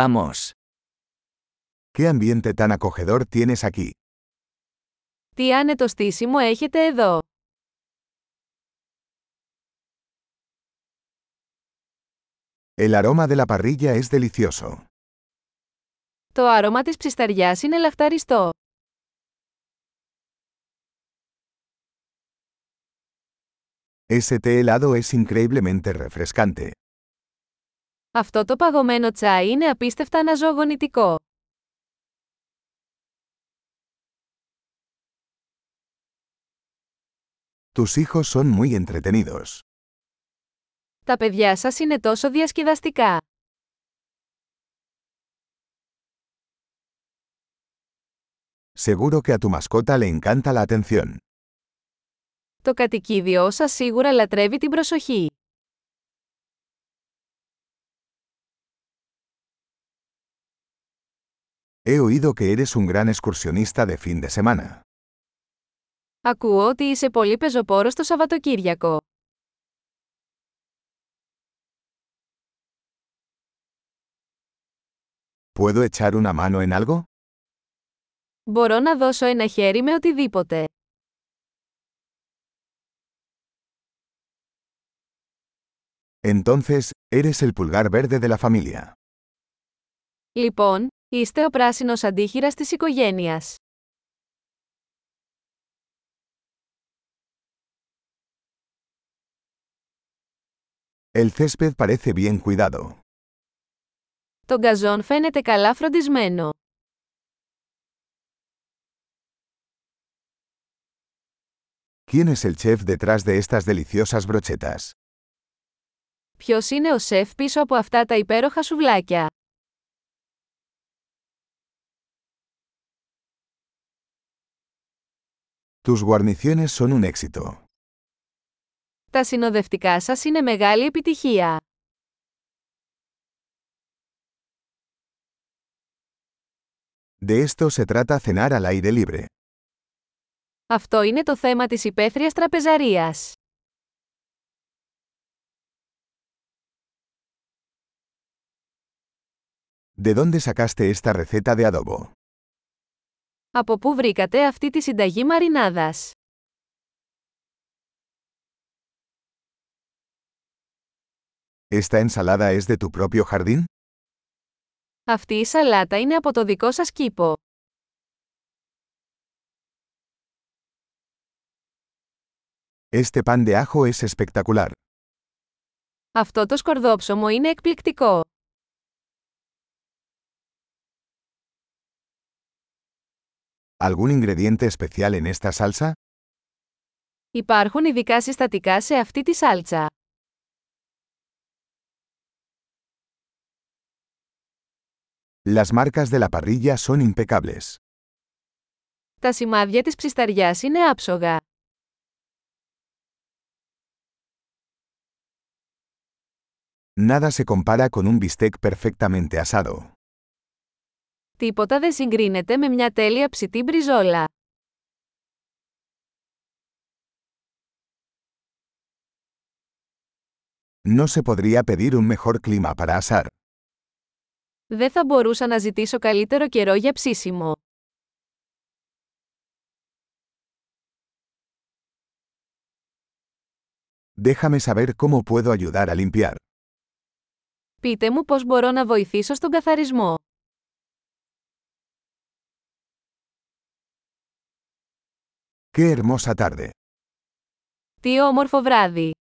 Vamos. ¿Qué ambiente tan acogedor tienes aquí? Τι άνετο στήσιμο έχετε εδώ. El aroma de la parrilla es delicioso. Το άρωμα της ψισταριάς είναι λαχταριστό. Ese té helado es increíblemente refrescante. Αυτό το παγωμένο τσάι είναι απίστευτα αναζωογονητικό. Tus hijos son muy entretenidos. Τα παιδιά σας είναι τόσο διασκεδαστικά. Seguro que a tu mascota le encanta la atención. Το κατοικίδιό σας σίγουρα λατρεύει την προσοχή. He oído que eres un gran excursionista de fin de semana. Ακούω ότι είσαι πολύ πεζοπόρος το Σαββατοκύριακο. ¿Puedo echar una mano en algo? Μπορώ να δώσω ένα χέρι με οτιδήποτε. Entonces, eres el pulgar verde de la familia. Λοιπόν, είστε ο πράσινος αντίχειρας της οικογένειας. El césped parece bien cuidado. Το γκαζόν φαίνεται καλά φροντισμένο. ¿Quién es el chef detrás de estas deliciosas brochetas? Ποιος είναι ο σεφ πίσω από αυτά τα υπέροχα σουβλάκια. Tus guarniciones son un éxito. Τα συνοδευτικά σας είναι μεγάλη επιτυχία. De esto se trata cenar al aire libre. Αυτό είναι το θέμα της υπαίθριας τραπεζαρίας. ¿De dónde sacaste esta receta de adobo? Από πού βρήκατε αυτή τη συνταγή μαρινάδας. ¿Esta ensalada es de tu propio jardín? Αυτή η σαλάτα είναι από το δικό σας κήπο. Este pan de ajo es espectacular. Αυτό το σκορδόψωμο είναι εκπληκτικό. ¿Algún ingrediente especial en esta salsa? Υπάρχουν ειδικά συστατικά σε αυτή τη σάλτσα. Las marcas de la parrilla son impecables. Τα σημάδια της ψισταριάς είναι άψογα. Nada se compara con un bistec perfectamente asado. Τίποτα δεν συγκρίνεται με μια τέλεια ψητή μπριζόλα. No se podría pedir un mejor clima para asar. Δεν θα μπορούσα να ζητήσω καλύτερο καιρό για ψήσιμο. Déjame saber cómo puedo ayudar a limpiar. Πείτε μου πώς μπορώ να βοηθήσω στον καθαρισμό. ¡Qué hermosa tarde! Τι όμορφο βράδυ!